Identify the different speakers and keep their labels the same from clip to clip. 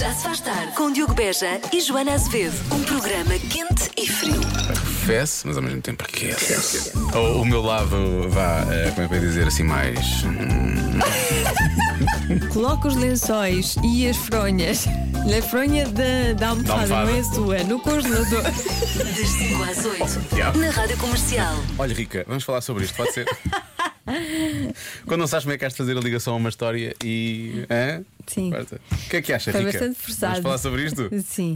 Speaker 1: Já se faz tarde com Diogo Beja e Joana Azevedo. Um programa quente e frio.
Speaker 2: Fesse, mas ao mesmo tempo aquece. O, o meu lado vá, eh, como é que eu ia dizer assim, mais. hum.
Speaker 3: Coloca os lençóis e as fronhas na fronha da, da almofada,
Speaker 2: Da almofada.
Speaker 3: não é sua, no congelador.
Speaker 1: Das 5 às 8.
Speaker 2: Yeah.
Speaker 1: Na rádio comercial.
Speaker 2: Olha, Rica, vamos falar sobre isto, pode ser? Quando não sabes como é que has de fazer a ligação a uma história e. hã?
Speaker 3: Sim.
Speaker 2: Corta. O que é que acha,
Speaker 3: Foi
Speaker 2: Rica?
Speaker 3: bastante forçado.
Speaker 2: Vamos falar sobre isto?
Speaker 3: Sim.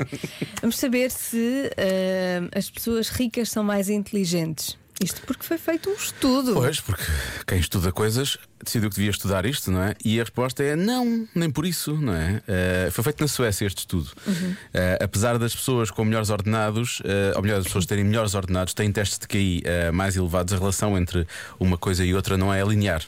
Speaker 3: Vamos saber se ah, as pessoas ricas são mais inteligentes. Isto porque foi feito um estudo.
Speaker 2: Pois, porque quem estuda coisas decidiu que devia estudar isto, não é? E a resposta é não, nem por isso, não é? Eh, foi feito na Suécia este estudo. Eh, apesar das pessoas com melhores ordenados, eh, ou melhor, as pessoas terem melhores ordenados, têm testes de QI eh, mais elevados, a relação entre uma coisa e outra não é linear.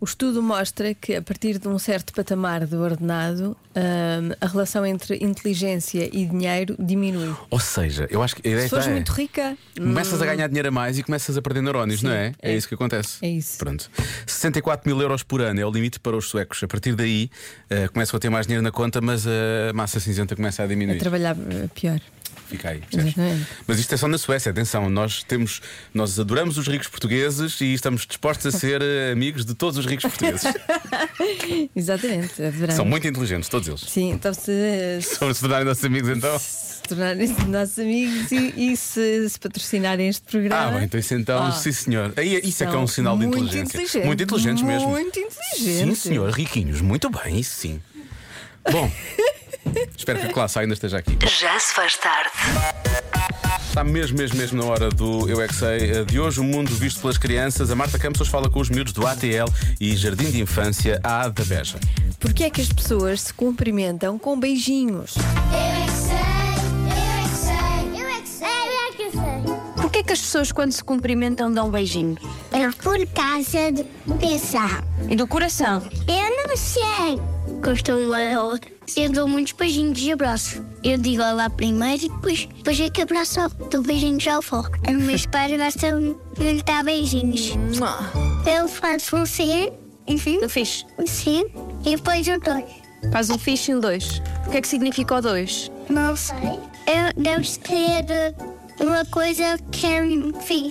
Speaker 3: O estudo mostra que a partir de um certo patamar de ordenado, ah, a relação entre inteligência e dinheiro diminui.
Speaker 2: Ou seja, eu acho que a ideia
Speaker 3: Se fores
Speaker 2: está é-
Speaker 3: muito rica,
Speaker 2: Começas a ganhar dinheiro a mais e começas a perder neurónios,
Speaker 3: Sim,
Speaker 2: não é? é?
Speaker 3: é.
Speaker 2: isso que acontece.
Speaker 3: É isso.
Speaker 2: Pronto. 64 mil euros por ano é o limite para os suecos. A partir daí eh, começam a ter mais dinheiro na conta, mas a massa cinzenta começa a
Speaker 3: a
Speaker 2: diminuir.
Speaker 3: trabalhar ah, pior.
Speaker 2: Fica aí, percebes?
Speaker 3: Exatamente.
Speaker 2: Mas isto é só na Suécia, atenção, nós temos, nós adoramos os ricos portugueses e estamos dispostos a ser eh, amigos de todos os ricos portugueses.
Speaker 3: Exatamente. adoramos.
Speaker 2: São muito inteligentes, todos eles.
Speaker 3: Sim, então se,
Speaker 2: Sobre se tornarem nossos amigos, então.
Speaker 3: se tornarem-se nossos amigos e, e se, se patrocinarem este
Speaker 2: Ah,
Speaker 3: programa.
Speaker 2: bem, então isso então,
Speaker 3: Ah.
Speaker 2: sim senhor. Aí, isso é que é um
Speaker 3: São
Speaker 2: sinal de
Speaker 3: muito
Speaker 2: inteligência.
Speaker 3: inteligentes,
Speaker 2: Muito inteligentes mesmo.
Speaker 3: muito inteligentes.
Speaker 2: Sim senhor, riquinhos, muito bem, isso sim. Bom, espero que a classe ainda esteja aqui.
Speaker 1: Já se faz tarde.
Speaker 2: Está mesmo, mesmo, mesmo na hora do Eu É Que Sei eh, de hoje, o mundo visto pelas crianças. A Marta Campos hoje fala com os miúdos do ATL e Jardim de Infância A da Beja.
Speaker 3: Porquê é que as pessoas se cumprimentam com beijinhos?
Speaker 4: Eu é que sei, eu é que sei, eu é que sei, eu é que sei.
Speaker 5: Porquê que as pessoas quando se cumprimentam dão beijinhos?
Speaker 4: É por causa de pensar.
Speaker 5: E do coração?
Speaker 4: Eu não sei. Gostam eu, eu dou muitos beijinhos de abraço. Eu digo olá primeiro e depois, depois é que abraço, dou beijinhos ao fogo. Os meus pais gostam de me dar beijinhos. Eu faço um sim, enfim,
Speaker 5: Do fixe.
Speaker 4: um sim, e depois eu dou.
Speaker 5: Faz um fixe em dois. O que é que significa o dois?
Speaker 4: Não sei. Eu não sei de uma coisa que é enfim.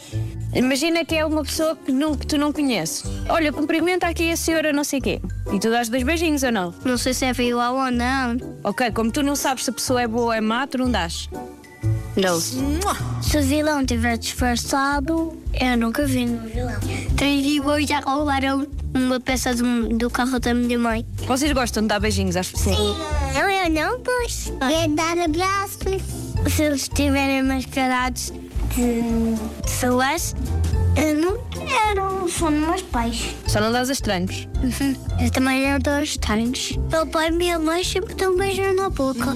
Speaker 5: Imagina que é uma pessoa que, não, que tu não conheces. Olha, cumprimenta aqui a senhora não sei quê. E tu dás dois beijinhos ou não?
Speaker 4: Não sei se é igual ou não.
Speaker 5: Ok, como tu não sabes se a pessoa é boa ou é má, tu não dás. Não.
Speaker 4: Se o vilão tiver disfarçado, eu nunca vi no vilão. Três iguais já roubaram uma peça do, do carro da minha mãe.
Speaker 5: Vocês gostam de dar beijinhos às pessoas?
Speaker 4: Não, eu não posso. É dar abraços. Se eles estiverem mascarados de pessoas, eu não quero. São meus pais.
Speaker 5: Só não dás a estranhos.
Speaker 4: Uhum. Eu também adoro estranhos. Meu pai e minha mãe sempre dão um beijo na boca.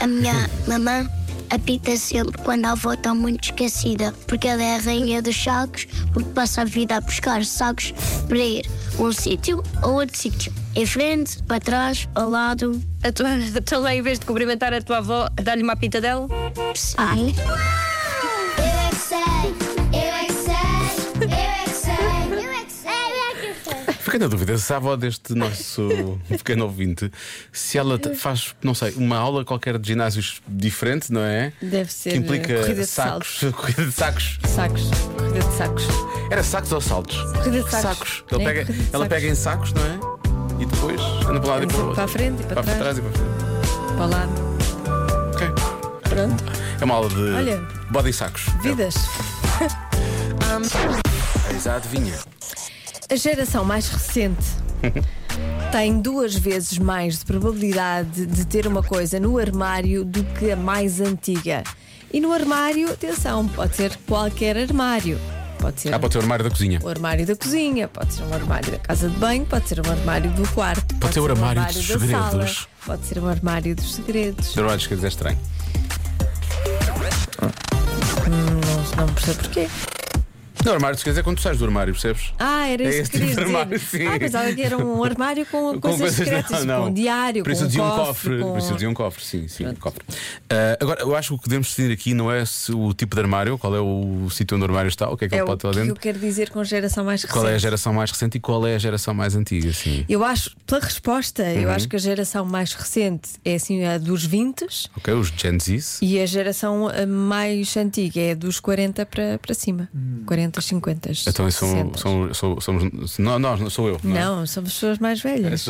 Speaker 4: A minha mamãe apita sempre quando a avó está muito esquecida, porque ela é a rainha dos sacos, porque passa a vida a buscar sacos para ir a um sítio ou outro sítio. Em frente, para trás, ao lado.
Speaker 5: A tua, a tua mãe, em vez de cumprimentar a tua avó, dá-lhe uma pita dela?
Speaker 4: Ai.
Speaker 6: Eu é que sei, eu é que sei, eu é que sei, eu é que sei, eu é que sei.
Speaker 2: Fiquei na dúvida se a avó deste nosso pequeno ouvinte, se ela te- faz, não sei, uma aula qualquer de ginásios diferente, não é?
Speaker 3: Deve ser,
Speaker 2: Que
Speaker 3: eh,
Speaker 2: implica
Speaker 3: corrida de
Speaker 2: sacos. Corrida de sacos.
Speaker 3: Sacos, corrida de sacos.
Speaker 2: Era sacos ou saltos?
Speaker 3: Corrida de sacos.
Speaker 2: Ele
Speaker 3: É,
Speaker 2: pega-
Speaker 3: corrida de
Speaker 2: ela
Speaker 3: sacos.
Speaker 2: pega em sacos, não é? E depois anda para lá e
Speaker 3: Anda
Speaker 2: para o outro.
Speaker 3: para a frente e para
Speaker 2: Vai
Speaker 3: trás.
Speaker 2: e para frente.
Speaker 3: Para lá,
Speaker 2: Ok.
Speaker 3: pronto,
Speaker 2: É uma aula de
Speaker 3: Olha.
Speaker 2: body sacos. É
Speaker 3: vidas.
Speaker 2: Já adivinha.
Speaker 3: A geração mais recente tem duas vezes mais de probabilidade de ter uma coisa no armário do que a mais antiga. E no armário, atenção, pode ser qualquer armário. Pode ser
Speaker 2: Ah, pode ser o armário da cozinha.
Speaker 3: o armário da cozinha, pode ser um armário da casa de banho, pode ser um armário do quarto, pode,
Speaker 2: ser o armário
Speaker 3: um
Speaker 2: dos
Speaker 3: da
Speaker 2: segredos.
Speaker 3: sala, pode ser um armário dos segredos. Hum,
Speaker 2: Armário de esquerda é estranho.
Speaker 3: Não, não percebo porquê.
Speaker 2: No armário, se quiser, é quando tu sais do armário, percebes?
Speaker 3: Ah, era
Speaker 2: É
Speaker 3: isso
Speaker 2: esse
Speaker 3: que
Speaker 2: tipo
Speaker 3: querias
Speaker 2: de armário,
Speaker 3: dizer.
Speaker 2: sim. Ah,
Speaker 3: Ah, pensava que era um armário com, coisas, secretas, com um diário,
Speaker 2: Por isso
Speaker 3: com um
Speaker 2: dizia um
Speaker 3: cofre.
Speaker 2: cofre.
Speaker 3: com-
Speaker 2: Por isso dizia um cofre, sim, sim, um cofre. Ah, agora, eu acho que o que podemos definir aqui não é se o tipo de armário, qual é o sítio onde o armário está, o que é que
Speaker 3: É
Speaker 2: ele
Speaker 3: o
Speaker 2: pode estar lá
Speaker 3: que eu
Speaker 2: dentro.
Speaker 3: quero dizer com geração mais recente.
Speaker 2: Qual é a geração mais recente e qual é a geração mais antiga, sim.
Speaker 3: Eu acho, pela resposta, eu
Speaker 2: Uhum.
Speaker 3: acho que a geração mais recente é assim a dos 20
Speaker 2: Ok, os Gen Zs.
Speaker 3: e a geração eh, mais antiga é dos 40 para, para cima. 40, 50.
Speaker 2: Então são,
Speaker 3: 60.
Speaker 2: são, sou- somos. Não, nós, não sou eu. não é?
Speaker 3: Não, são pessoas mais velhas.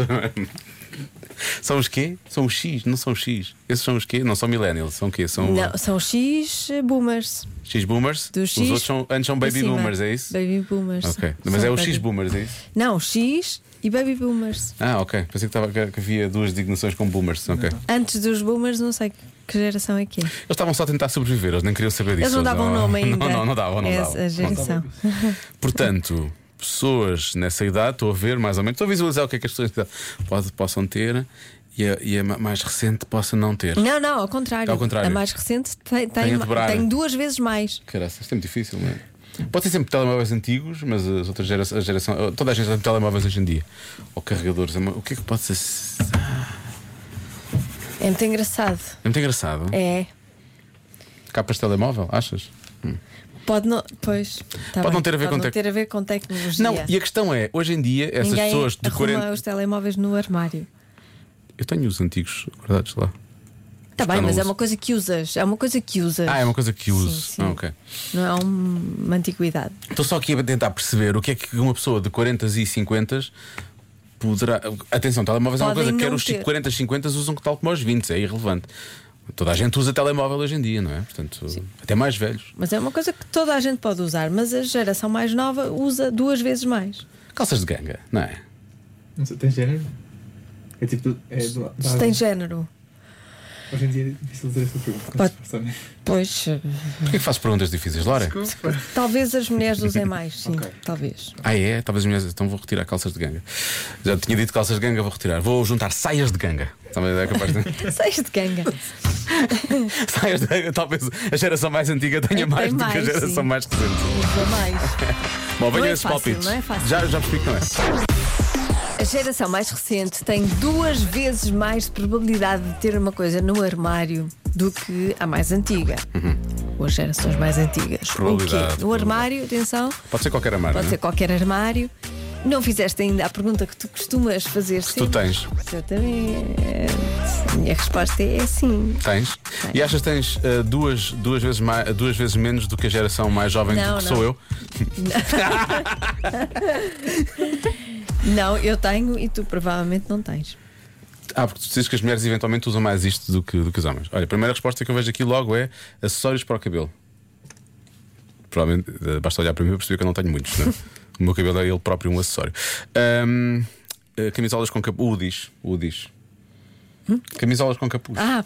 Speaker 2: São os quê? São os X, não são os X. Esses são os quê? Não são millennials, são o quê? São uh,
Speaker 3: Não, são X eh, boomers.
Speaker 2: X-boomers?
Speaker 3: Dos
Speaker 2: os
Speaker 3: X
Speaker 2: outros são, antes são
Speaker 3: para
Speaker 2: baby
Speaker 3: cima.
Speaker 2: boomers, é isso?
Speaker 3: Baby boomers.
Speaker 2: Ok.
Speaker 3: São-
Speaker 2: Mas é
Speaker 3: são
Speaker 2: os
Speaker 3: baby-
Speaker 2: X-boomers, é isso?
Speaker 3: Não, X e baby boomers.
Speaker 2: Ah, ok. Pensei que, estava, que que havia duas designações com boomers. Ok. Eles
Speaker 3: Antes dos boomers, não sei que geração é que é.
Speaker 2: estavam só a tentar sobreviver, eles nem queriam saber disso.
Speaker 3: Eles não davam nome ainda.
Speaker 2: Não, não, não davam, não
Speaker 3: Essa
Speaker 2: davam.
Speaker 3: A
Speaker 2: Não
Speaker 3: geração.
Speaker 2: Portanto, pessoas nessa idade, estou a ver mais ou menos, estou a visualizar o que é que as pessoas nessa idade pode- possam ter e a, e a ma- mais recente possa não ter.
Speaker 3: Não, não, ao contrário.
Speaker 2: Ao contrário.
Speaker 3: A mais recente tem, tem,
Speaker 2: Tem a
Speaker 3: ma-
Speaker 2: dobrar.
Speaker 3: tem duas vezes mais.
Speaker 2: Caraca, isto é muito difícil, não é? Pode ter sempre telemóveis antigos, mas as outras gerações, a geração, toda a gente tem telemóveis hoje em dia. Ou carregadores, é uma- o que é que pode ser?
Speaker 3: É muito engraçado.
Speaker 2: É muito engraçado.
Speaker 3: É.
Speaker 2: Capas de telemóvel, achas?
Speaker 3: Pode não. Pois. tá
Speaker 2: Pode não
Speaker 3: bem.
Speaker 2: ter a ver
Speaker 3: pode
Speaker 2: com
Speaker 3: não
Speaker 2: tec-
Speaker 3: ter a ver com tecnologia.
Speaker 2: Não, e a questão é, hoje em dia, essas
Speaker 3: Ninguém
Speaker 2: pessoas de
Speaker 3: arruma
Speaker 2: 40.
Speaker 3: os telemóveis no armário.
Speaker 2: Eu tenho os antigos guardados lá.
Speaker 3: Está bem,
Speaker 2: não
Speaker 3: mas é
Speaker 2: uso.
Speaker 3: uma coisa que usas. É uma coisa que usas.
Speaker 2: Ah, é uma coisa que
Speaker 3: Sim,
Speaker 2: uso.
Speaker 3: sim.
Speaker 2: Ah, ok.
Speaker 3: Não é um- uma antiguidade.
Speaker 2: Estou só aqui a tentar perceber o que é que uma pessoa de 40 e 50 poderá. Atenção, telemóveis é uma
Speaker 3: Podem
Speaker 2: coisa que
Speaker 3: não
Speaker 2: quer os
Speaker 3: ter.
Speaker 2: 40 e 50 usam que tal como aos 20, é irrelevante. Toda a gente usa telemóvel hoje em dia, não é? Portanto, até mais velhos.
Speaker 3: Mas é uma coisa que toda a gente pode usar. Mas a geração mais nova usa duas vezes mais.
Speaker 2: Calças de ganga, não é?
Speaker 7: Não sei, tem género? É tipo. do- É do, da
Speaker 3: Se tem género.
Speaker 7: Hoje em dia é difícil dizer essa pergunta. né?
Speaker 3: Pode-
Speaker 7: Sabe?
Speaker 3: Pois.
Speaker 2: Porquê que faço perguntas difíceis, Laura?
Speaker 7: Desculpa.
Speaker 3: Talvez as mulheres usem mais, sim.
Speaker 7: Ok.
Speaker 3: Talvez.
Speaker 2: Ah, é? Talvez as mulheres. Então vou retirar calças de ganga. Já tinha dito calças de ganga, vou retirar. Vou juntar saias de ganga. Talvez é capaz de.
Speaker 3: Sais de ganga.
Speaker 2: Saias de ganga, talvez a geração mais antiga tenha
Speaker 3: É, Tem
Speaker 2: mais do que a
Speaker 3: mais,
Speaker 2: geração
Speaker 3: sim.
Speaker 2: mais recente.
Speaker 3: Usa mais.
Speaker 2: Bom, venham
Speaker 3: é
Speaker 2: esses
Speaker 3: fácil,
Speaker 2: palpites.
Speaker 3: não é fácil.
Speaker 2: Já, já percebi que não é.
Speaker 3: A geração mais recente tem duas vezes mais probabilidade de ter uma coisa no armário do que a mais antiga. Ou as gerações mais antigas. O quê?
Speaker 2: Uhum. Probabilidade,
Speaker 3: No armário, atenção,
Speaker 2: Pode ser qualquer armário.
Speaker 3: pode
Speaker 2: não é?
Speaker 3: ser qualquer armário. Não fizeste ainda a pergunta que tu costumas fazer que
Speaker 2: Tu tens,
Speaker 3: Exatamente. A minha resposta é sim.
Speaker 2: tens. E achas que tens eh, duas, duas, vezes mais, duas vezes menos do que a geração mais jovem
Speaker 3: Não,
Speaker 2: do que
Speaker 3: não.
Speaker 2: sou eu?
Speaker 3: Não, eu tenho e tu provavelmente não tens.
Speaker 2: Ah, porque tu dizes que as mulheres eventualmente usam mais isto do que, do que os homens. Olha, a primeira resposta que eu vejo aqui logo é acessórios para o cabelo. Provavelmente, eh, basta olhar para mim para perceber que eu não tenho muitos, né? O meu cabelo é ele próprio um acessório. Ahm, eh, camisolas com capuz. Udis. Udis.
Speaker 3: Hum?
Speaker 2: Camisolas com capuz.
Speaker 3: Ah,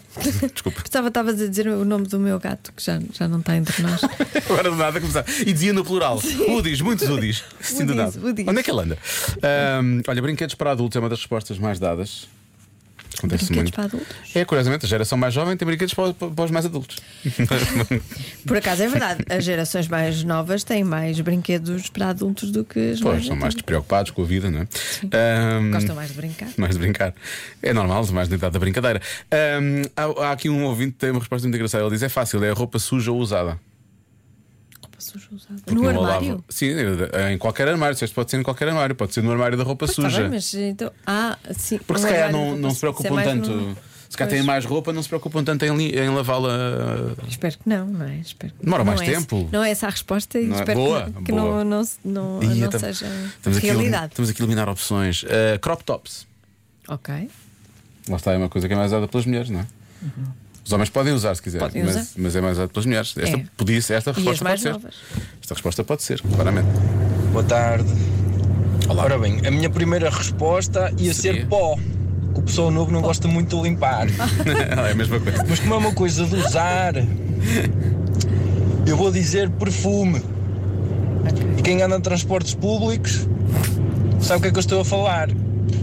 Speaker 2: Desculpa.
Speaker 3: Gostava, estavas a dizer o nome do meu gato, que já, já não está entre nós.
Speaker 2: Agora do nada começar. E dizia no plural. Udis, muitos Udis. Sim, do
Speaker 3: Udis,
Speaker 2: nada.
Speaker 3: Udis.
Speaker 2: Onde é que ele anda? Ahm, olha, brinquedos para adultos é uma das respostas mais dadas. Acontece
Speaker 3: Brinquedos
Speaker 2: muito.
Speaker 3: para adultos.
Speaker 2: É, curiosamente, a geração mais jovem tem brinquedos para, para- para os mais adultos.
Speaker 3: Por acaso é verdade, as gerações mais novas têm mais brinquedos para adultos do que as
Speaker 2: Pois,
Speaker 3: mais
Speaker 2: são mais
Speaker 3: antigas.
Speaker 2: despreocupados com a vida, não é? Ahm,
Speaker 3: Gostam mais de brincar.
Speaker 2: mais de brincar. É normal, mais na idade da brincadeira. Ahm, há, há aqui um ouvinte que tem uma resposta muito engraçada. Ele diz: é fácil, é roupa suja ou usada.
Speaker 3: Roupa suja usada.
Speaker 2: Não
Speaker 3: No
Speaker 2: a lavo.
Speaker 3: armário?
Speaker 2: Sim, é, em qualquer armário. Se pode ser em qualquer armário, pode ser no armário da roupa
Speaker 3: Pois, tá
Speaker 2: suja.
Speaker 3: bem, mas então. Ah, sim.
Speaker 2: é. Porque
Speaker 3: no
Speaker 2: se calhar
Speaker 3: armário
Speaker 2: não,
Speaker 3: da
Speaker 2: não se
Speaker 3: roupa
Speaker 2: preocupam
Speaker 3: suja, isso é mais
Speaker 2: tanto.
Speaker 3: no-
Speaker 2: Se calhar têm
Speaker 3: Pois.
Speaker 2: mais roupa, não se preocupam tanto em, li- em lavá-la.
Speaker 3: Espero que não, não é? Espero que
Speaker 2: Demora
Speaker 3: não
Speaker 2: mais
Speaker 3: é essa-
Speaker 2: tempo.
Speaker 3: Não é essa a resposta e
Speaker 2: Não é?
Speaker 3: espero
Speaker 2: Boa,
Speaker 3: que, que
Speaker 2: boa.
Speaker 3: não, não, se- não,
Speaker 2: Ih,
Speaker 3: não
Speaker 2: eh, tam-
Speaker 3: seja
Speaker 2: estamos aqui a elim-
Speaker 3: realidade.
Speaker 2: estamos aqui a eliminar opções. Ah, crop tops.
Speaker 3: Ok.
Speaker 2: Lá está, é uma coisa que é mais usada pelas mulheres, não é? Os homens podem usar se quiserem,
Speaker 3: Uhum. Podem
Speaker 2: mas,
Speaker 3: usar.
Speaker 2: mas é mais usado pelas mulheres. Esta,
Speaker 3: É.
Speaker 2: podia ser, esta
Speaker 3: E as
Speaker 2: resposta pode
Speaker 3: mais
Speaker 2: ser.
Speaker 3: novas.
Speaker 2: Esta resposta pode ser, claramente.
Speaker 8: Boa tarde. Ora bem, a minha primeira resposta ia
Speaker 2: Seria?
Speaker 8: ser pó. Que o pessoal novo não gosta muito de limpar.
Speaker 2: é a mesma coisa.
Speaker 8: Mas como é uma coisa de usar, eu vou dizer perfume. E quem anda em transportes públicos sabe o que é que eu estou a falar.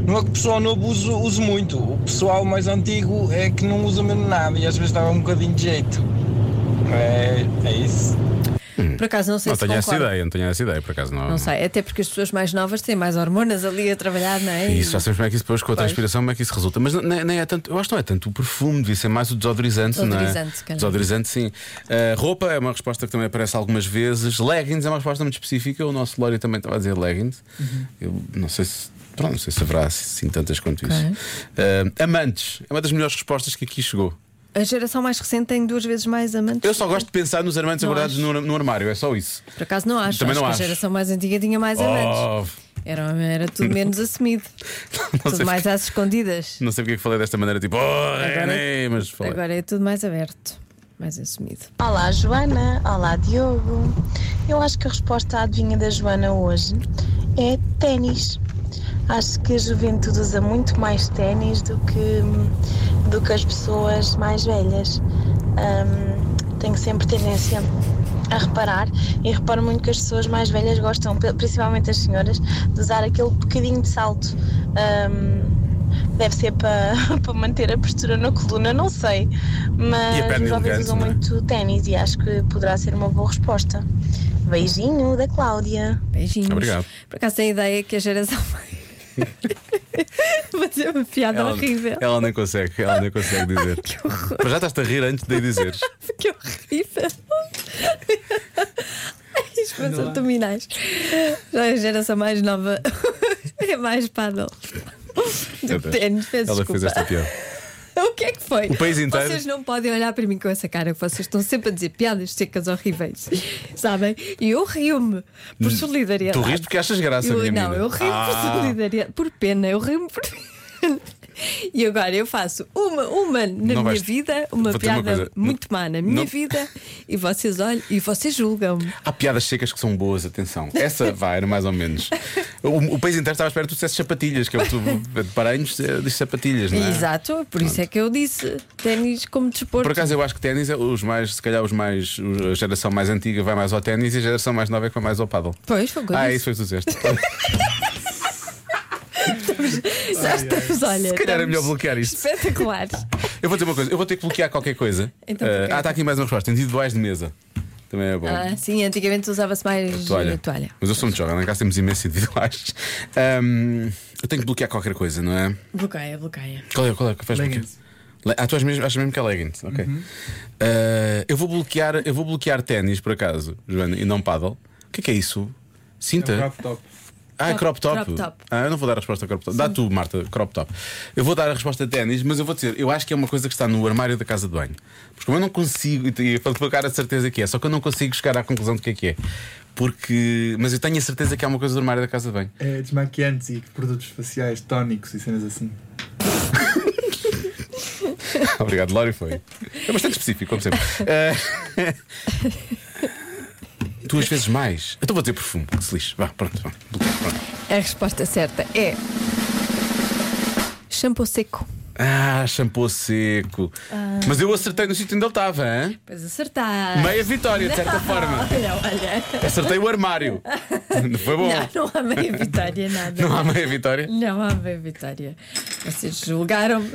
Speaker 8: Não é que o pessoal novo use, use muito. O pessoal mais antigo é que não usa mesmo nada e às vezes dá um bocadinho de jeito. É, é isso.
Speaker 3: Por acaso não
Speaker 2: Hum.
Speaker 3: sei
Speaker 2: Não
Speaker 3: se
Speaker 2: tenho essa
Speaker 3: concorda.
Speaker 2: ideia, não tenho essa ideia, por acaso não.
Speaker 3: Não sei, até porque as pessoas mais novas têm mais hormonas ali a trabalhar, não é?
Speaker 2: E isso, já sabemos como é que isso depois com a transpiração, como é que isso resulta. Mas não- nem, nem é tanto, eu acho que não é tanto o perfume, devia ser mais o desodorizante, não é?
Speaker 3: Desodorizante, se calhar.
Speaker 2: Desodorizante, sim. Ah, roupa é uma resposta que também aparece algumas vezes. Leggings é uma resposta muito específica. O nosso Lório também estava a dizer leggings.
Speaker 3: Uhum.
Speaker 2: Eu não sei se. Pronto, não sei se haverá assim tantas quanto isso. Ah, amantes é uma das melhores respostas que aqui chegou.
Speaker 3: A geração mais recente tem duas vezes mais amantes.
Speaker 2: Eu só gosto de pensar nos amantes
Speaker 3: Não
Speaker 2: guardados
Speaker 3: acho.
Speaker 2: no, no armário, é só isso.
Speaker 3: Por acaso não acho.
Speaker 2: Também
Speaker 3: acho
Speaker 2: não
Speaker 3: que
Speaker 2: acho.
Speaker 3: a geração mais antiga tinha mais amantes.
Speaker 2: Oh,
Speaker 3: Era, um era tudo menos assumido.
Speaker 2: não,
Speaker 3: tudo
Speaker 2: sei
Speaker 3: mais
Speaker 2: porque,
Speaker 3: às escondidas.
Speaker 2: não sei porque é que falei desta maneira, tipo, oh, René, mas falei.
Speaker 3: Agora é tudo mais aberto, mais assumido.
Speaker 9: Olá Joana, olá Diogo. Eu acho que a resposta à adivinha da Joana hoje é ténis. Acho que a juventude usa muito mais ténis do que, do que as pessoas mais velhas. Ahm, tenho sempre tendência a reparar e reparo muito que as pessoas mais velhas gostam, pri- principalmente as senhoras, de usar aquele bocadinho de salto. Ahm, deve ser para, para manter a postura na coluna, não sei. Mas
Speaker 2: E a perna
Speaker 9: os jovens
Speaker 2: elegante,
Speaker 9: usam
Speaker 2: não é?
Speaker 9: muito ténis e acho que poderá ser uma boa resposta. Beijinho da Cláudia.
Speaker 3: Beijinhos.
Speaker 2: Obrigado.
Speaker 3: Por acaso tem a ideia que a geração mais. Mas é uma piada
Speaker 2: Ela,
Speaker 3: horrível.
Speaker 2: ela nem consegue, ela nem consegue dizer.
Speaker 3: Que horror.
Speaker 2: Mas já estás a rir antes de dizeres.
Speaker 3: Que horrível. As coisas abdominais. Já é a geração mais nova é mais paddle.
Speaker 2: Meu
Speaker 3: Do que
Speaker 2: Deus.
Speaker 3: ténis, peço
Speaker 2: Ela fez
Speaker 3: desculpa.
Speaker 2: esta piada.
Speaker 3: O que é que foi?
Speaker 2: O país inteiro?
Speaker 3: Vocês não podem olhar para mim com essa cara, que vocês estão sempre a dizer piadas secas horríveis, sabem? E eu rio-me por solidariedade.
Speaker 2: Hum. Tu rires porque achas graça,
Speaker 3: Eu-
Speaker 2: minha
Speaker 3: Não,
Speaker 2: menina.
Speaker 3: eu rio
Speaker 2: Ah.
Speaker 3: por solidariedade, por pena, eu rio-me por pena. E agora eu faço uma, uma na
Speaker 2: Não
Speaker 3: minha
Speaker 2: vais-
Speaker 3: vida, uma
Speaker 2: Vou ter uma
Speaker 3: piada
Speaker 2: coisa.
Speaker 3: muito má na minha
Speaker 2: Não-
Speaker 3: vida, e vocês olham e vocês julgam-me.
Speaker 2: Há piadas secas que são boas, atenção. Essa vai, era mais ou menos. O, o país inteiro estava à espera que tu dissesse sapatilhas, que é o que tu de Paranhos eh, diz sapatilhas, não é?
Speaker 3: Exato, por isso é que eu disse ténis como desporto.
Speaker 2: Por acaso eu acho que ténis é os mais, se calhar os mais, os- a geração mais antiga vai mais ao ténis e a geração mais nova é que vai mais ao paddle.
Speaker 3: Pois, foi o que eu
Speaker 2: Ah,
Speaker 3: disse.
Speaker 2: isso foi o que tu disseste.
Speaker 3: Já estamos, olha.
Speaker 2: Se calhar é melhor
Speaker 3: estamos
Speaker 2: bloquear isto.
Speaker 3: Espetaculares.
Speaker 2: Eu vou dizer uma coisa, eu vou ter que bloquear qualquer coisa.
Speaker 3: Então,
Speaker 2: Eh,
Speaker 3: bloqueia.
Speaker 2: ah, está aqui mais uma resposta: individuais de mesa. Também é bom.
Speaker 3: Ah, sim, antigamente usava-se mais
Speaker 2: Toalha.
Speaker 3: toalha. toalha.
Speaker 2: Mas eu sou muito jovem, lá em casa temos imensos individuais. Ahm, eu tenho que bloquear qualquer coisa, não é?
Speaker 3: Bloqueia, bloqueia.
Speaker 2: Qual é, qual é que faz
Speaker 7: Leggings. Uhum.
Speaker 2: bloqueio? Le- Ah, tu achas mesmo, achas mesmo que é leggings? Ok. Ah, eu vou bloquear, eu vou bloquear ténis por acaso, Joana, e não paddle. O que é que é isso? Cinta?
Speaker 7: É um crop top.
Speaker 2: ah, é crop top.
Speaker 3: Crop top.
Speaker 2: Ah, eu não vou dar a resposta a crop top. Dá tu, Marta, crop top. Eu vou dar a resposta a ténis, mas eu vou dizer, eu acho que é uma coisa que está no armário da casa de banho. Porque como eu não consigo, e e para colocar a certeza que é, só que eu não consigo chegar à conclusão do que é que é. Porque. Mas eu tenho a certeza que há uma coisa do armário da casa de banho.
Speaker 7: É, desmaquiantes e produtos faciais, tónicos e cenas assim.
Speaker 2: Obrigado, Lório foi. É bastante específico, como sempre. Eh, Duas vezes mais. Então vou dizer perfume, que se lixe. Vá, pronto, vá. Pronto.
Speaker 3: A resposta certa é. Shampoo seco.
Speaker 2: Ah, shampoo seco. Mas eu acertei no sítio onde ele estava, hein?
Speaker 3: Pois acertar.
Speaker 2: Meia vitória, de certa forma.
Speaker 3: Olha, olha.
Speaker 2: Acertei o armário. Foi bom.
Speaker 3: Não, não há meia vitória, nada.
Speaker 2: Não há meia vitória?
Speaker 3: Não há meia vitória. Vocês julgaram-me.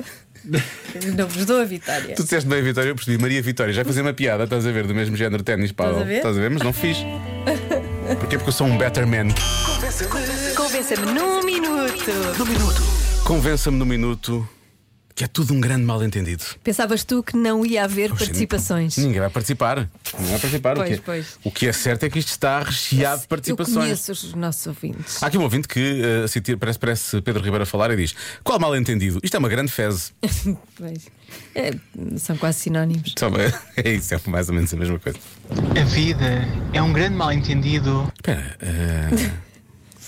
Speaker 3: Não vos dou a vitória.
Speaker 2: Tu disseste meia vitória, eu percebi. Maria Vitória, já fazia uma piada, estás a ver, do mesmo género ténis, pá.
Speaker 3: Estás a ver?
Speaker 2: Estás a ver, mas não fiz. Porquê? Porque eu sou um better man.
Speaker 1: Convença-me num minuto.
Speaker 2: Convença-me no minuto que é tudo um grande mal-entendido.
Speaker 3: Pensavas tu que não ia haver
Speaker 2: Poxa,
Speaker 3: participações?
Speaker 2: Ninguém vai participar. Ninguém vai participar.
Speaker 3: Pois,
Speaker 2: o, que é,
Speaker 3: pois.
Speaker 2: o que é certo é que isto está recheado de participações.
Speaker 3: Eu conheço os nossos ouvintes.
Speaker 2: Há aqui um ouvinte que eh, cita- parece, parece Pedro Ribeiro a falar e diz: Qual mal entendido? Isto é uma grande fezes.
Speaker 3: Pois. É, são quase sinónimos.
Speaker 2: é isso, é mais ou menos a mesma coisa.
Speaker 10: A vida é um grande mal-entendido.
Speaker 2: Espera, eh,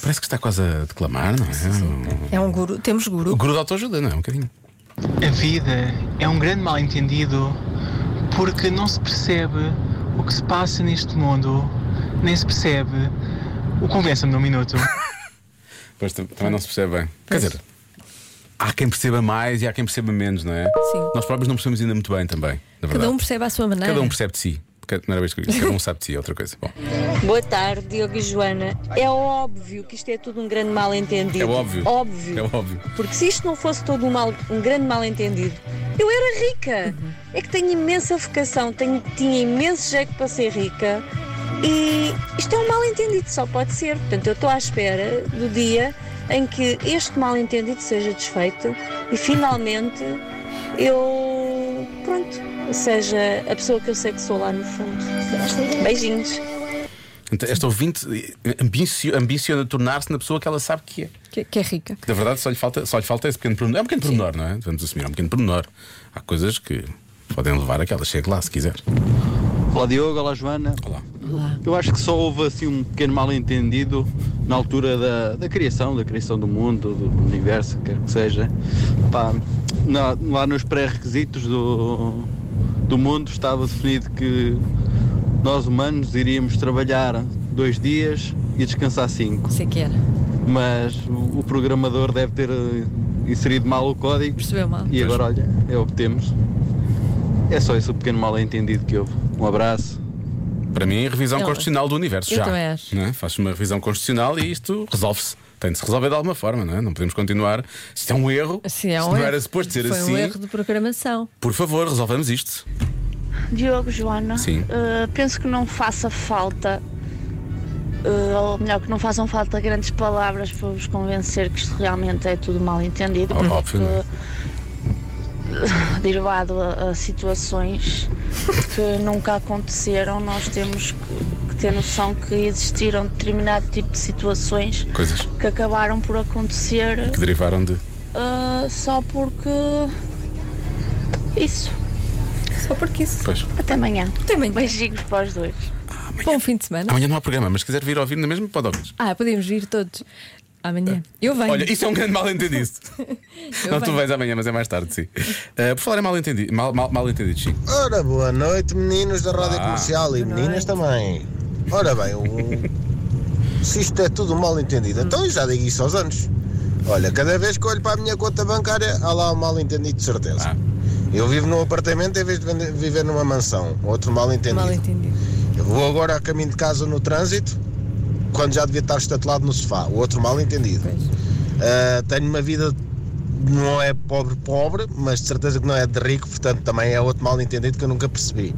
Speaker 2: parece que está quase a declamar, não é?
Speaker 3: É um guru. Temos guru.
Speaker 2: O guru da autoajuda, não é? Um bocadinho.
Speaker 10: A vida é um grande mal-entendido porque não se percebe o que se passa neste mundo, nem se percebe o convença-me num minuto.
Speaker 2: Pois tam- também não se percebe bem. Quer dizer, há quem perceba mais e há quem perceba menos, não é?
Speaker 3: Sim.
Speaker 2: Nós próprios não percebemos ainda muito bem também, na verdade.
Speaker 3: Cada um percebe à sua maneira.
Speaker 2: Cada um percebe de si. Não era bem isto que eu disse, cada um sabe de si, é outra coisa. Bom.
Speaker 11: Boa tarde, Diogo e Joana. É óbvio que isto é tudo um grande mal-entendido.
Speaker 2: É óbvio.
Speaker 11: Óbvio.
Speaker 2: É óbvio.
Speaker 11: Porque se isto não fosse todo um, mal- um grande mal-entendido, eu era rica. É que tenho imensa vocação, tenho, tinha imenso jeito para ser rica E isto é um mal-entendido, só pode ser. Portanto, eu estou à espera do dia em que este mal-entendido seja desfeito e finalmente eu. pronto, seja a pessoa que eu sei que sou lá no fundo. Beijinhos.
Speaker 2: Então, Esta ouvinte ambicio- ambiciona tornar-se na pessoa que ela sabe que é.
Speaker 3: Que, que é rica.
Speaker 2: Na verdade, só lhe, falta, só lhe falta esse pequeno pormenor. É um pequeno pormenor, não é? Vamos assumir, é um pequeno pormenor. Há coisas que podem levar a que ela chegue lá, se quiser.
Speaker 12: Olá Diogo, olá Joana. Olá. Eu acho que só houve assim um pequeno mal-entendido na altura da, da criação, da criação do mundo, do universo, quer que seja. Pá, na- lá nos pré-requisitos do, do mundo estava definido que nós humanos iríamos trabalhar dois dias e descansar cinco.
Speaker 3: Sei que era.
Speaker 12: Mas o o programador deve ter eh, inserido mal o código.
Speaker 3: Percebeu mal.
Speaker 12: E agora, olha, é o que temos. É só esse o pequeno mal-entendido que houve. Um abraço.
Speaker 2: Para mim, revisão
Speaker 12: Não.
Speaker 2: constitucional do universo
Speaker 12: Eu
Speaker 2: já.
Speaker 12: também acho.
Speaker 2: não é? Faz-se uma revisão constitucional e isto resolve-se. Tem de se resolver de alguma forma, não é? Não podemos continuar. Se é um erro,
Speaker 3: Assim, é um
Speaker 2: se não
Speaker 3: erro.
Speaker 2: era suposto ser
Speaker 3: Foi
Speaker 2: assim,
Speaker 3: um erro de programação.
Speaker 2: por favor, resolvamos isto.
Speaker 13: Diogo Joana,
Speaker 2: Sim.
Speaker 13: eh, penso que não faça falta, eh, ou melhor, que não façam falta grandes palavras para vos convencer que isto realmente é tudo mal entendido,
Speaker 2: Óbvio,
Speaker 13: porque
Speaker 2: não é?
Speaker 13: eh, derivado a, a situações que nunca aconteceram, nós temos que, que ter noção que existiram determinado tipo de situações
Speaker 2: Coisas
Speaker 13: que acabaram por acontecer
Speaker 2: que derivaram de.
Speaker 13: eh, só porque isso.
Speaker 3: Só porque isso.
Speaker 2: Pois.
Speaker 13: Até amanhã. Até amanhã. Beijinhos para os dois.
Speaker 3: Bom fim de semana.
Speaker 2: Amanhã não há programa, mas se quiser vir ouvir, na mesma pode ouvir.
Speaker 3: Ah, podemos vir todos amanhã. Eu venho.
Speaker 2: Olha, isso é um grande mal-entendido.
Speaker 3: Eu
Speaker 2: não, tu
Speaker 3: venho.
Speaker 2: vais amanhã, mas é mais tarde, sim. Eh, por falar em mal-entendido, mal, mal, mal-entendido, Chico.
Speaker 14: Ora, boa noite, meninos da Rádio
Speaker 2: Ah.
Speaker 14: Comercial e meninas também. Ora bem, o- se isto é tudo mal entendido, então eu já digo isso aos anos. Olha, cada vez que olho para a minha conta bancária, há lá um mal entendido de certeza. Eu vivo num apartamento em vez de vende- viver numa mansão. Outro mal entendido.
Speaker 3: Mal entendido.
Speaker 14: Eu vou agora a caminho de casa no trânsito, quando já devia estar estatelado no sofá. O outro mal entendido. Ah, tenho uma vida, não é pobre, pobre, mas de certeza que não é de rico, portanto também é outro mal entendido que eu nunca percebi.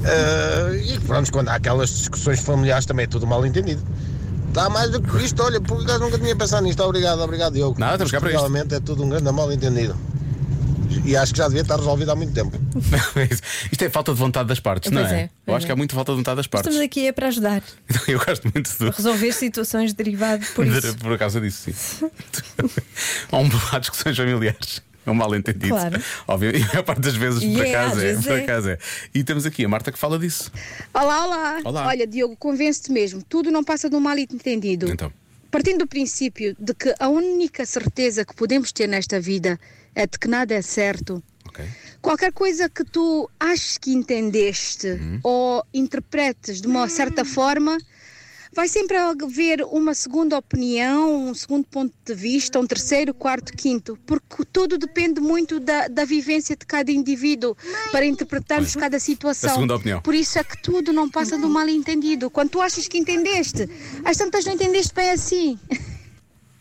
Speaker 14: Ah, e pronto, quando há aquelas discussões familiares também é tudo mal entendido. Está mais do que isto, olha, por acaso nunca tinha pensado nisto. Obrigado, obrigado, Diogo.
Speaker 2: Nada, estamos cá para isto.
Speaker 14: Realmente é tudo um grande mal entendido. E acho que já devia estar resolvido há muito tempo.
Speaker 2: Isto é falta de vontade das partes, não
Speaker 3: Pois
Speaker 2: é?
Speaker 3: é,
Speaker 2: Eu
Speaker 3: pois
Speaker 2: acho
Speaker 3: é.
Speaker 2: que há muita falta de vontade das partes.
Speaker 3: Estamos aqui é para ajudar
Speaker 2: Eu gosto muito
Speaker 3: a
Speaker 2: do,
Speaker 3: resolver situações derivadas
Speaker 2: Por,
Speaker 3: por isso.
Speaker 2: causa disso, sim. há, um, há discussões familiares. É um mal-entendido.
Speaker 3: Claro.
Speaker 2: Óbvio, e a maior parte das vezes,
Speaker 15: E
Speaker 2: por,
Speaker 15: é,
Speaker 2: acaso
Speaker 15: às
Speaker 2: é,
Speaker 15: vezes
Speaker 2: por
Speaker 15: é.
Speaker 2: acaso é. E temos aqui a Marta que fala disso.
Speaker 15: Olá, olá.
Speaker 2: Olá.
Speaker 15: Olha, Diogo, convence-te mesmo. Tudo não passa de um mal entendido.
Speaker 2: Então.
Speaker 15: Partindo do princípio de que a única certeza que podemos ter nesta vida é de que nada é certo. Qualquer coisa que tu aches que entendeste
Speaker 2: Uhum.
Speaker 15: ou interpretes de uma certa forma, vai sempre haver uma segunda opinião, um segundo ponto de vista, um terceiro, quarto, quinto, porque tudo depende muito da, da vivência de cada indivíduo para interpretarmos cada situação.
Speaker 2: a segunda opinião.
Speaker 15: Por isso é que tudo não passa do mal entendido. Quando tu achas que entendeste, às tantas não entendeste bem assim.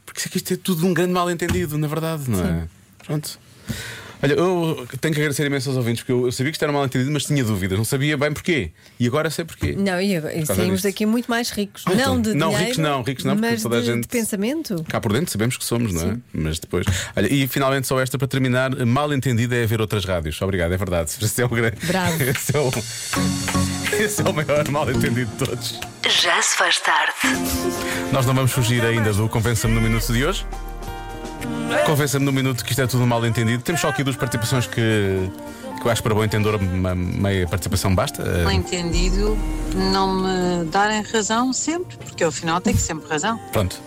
Speaker 2: Porque isso aqui isto é tudo um grande mal-entendido, na verdade, não é? Pronto. Olha, eu tenho que agradecer imenso aos ouvintes, porque eu eu sabia que isto era um mal-entendido, mas tinha dúvidas, não sabia bem porquê. E agora sei porquê.
Speaker 3: Não, e agora- e
Speaker 2: Por causa
Speaker 3: saímos
Speaker 2: disto.
Speaker 3: daqui muito mais ricos.
Speaker 2: Ah,
Speaker 3: não
Speaker 2: então.
Speaker 3: de
Speaker 2: Não,
Speaker 3: dinheiro,
Speaker 2: ricos não, ricos não, porque
Speaker 3: mas
Speaker 2: toda a
Speaker 3: de,
Speaker 2: gente-
Speaker 3: de pensamento.
Speaker 2: Cá por dentro sabemos que somos, não é? Mas depois. Olha, e finalmente só esta para terminar. Mal entendida é haver outras rádios. Obrigado, é verdade. Esse é o grande.
Speaker 1: Bravo.
Speaker 2: Esse é o, esse é o maior mal entendido de todos.
Speaker 1: Já se faz tarde.
Speaker 2: Nós não vamos fugir ainda do Convença-me no Minuto de hoje. Convença-me no Minuto que isto é tudo um mal entendido. Temos só aqui duas participações que, que eu acho que para bom entendedor uma meia participação basta. Eh,
Speaker 16: Mal entendido não me darem razão sempre, porque ao final tem que sempre razão.
Speaker 2: Pronto.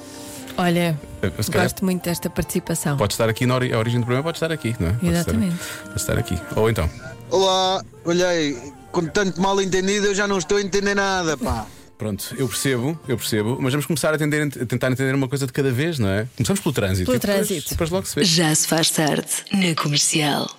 Speaker 3: Olha,
Speaker 2: Eh, Se calhar
Speaker 3: gosto muito desta participação.
Speaker 2: pode estar aqui na ori- a origem do problema, pode estar aqui, não é? Pode estar-
Speaker 3: Exatamente.
Speaker 2: Pode estar aqui. Ou então.
Speaker 12: Olá, olhei, com tanto mal entendido eu já não estou a entender nada, pá.
Speaker 2: Pronto, eu percebo, eu percebo, mas vamos começar a, atender- a tentar entender uma coisa de cada vez, não é? Começamos pelo trânsito.
Speaker 1: Pelo
Speaker 2: e depois-
Speaker 1: trânsito.
Speaker 2: Depois logo se vê.
Speaker 1: Já se faz tarde na comercial.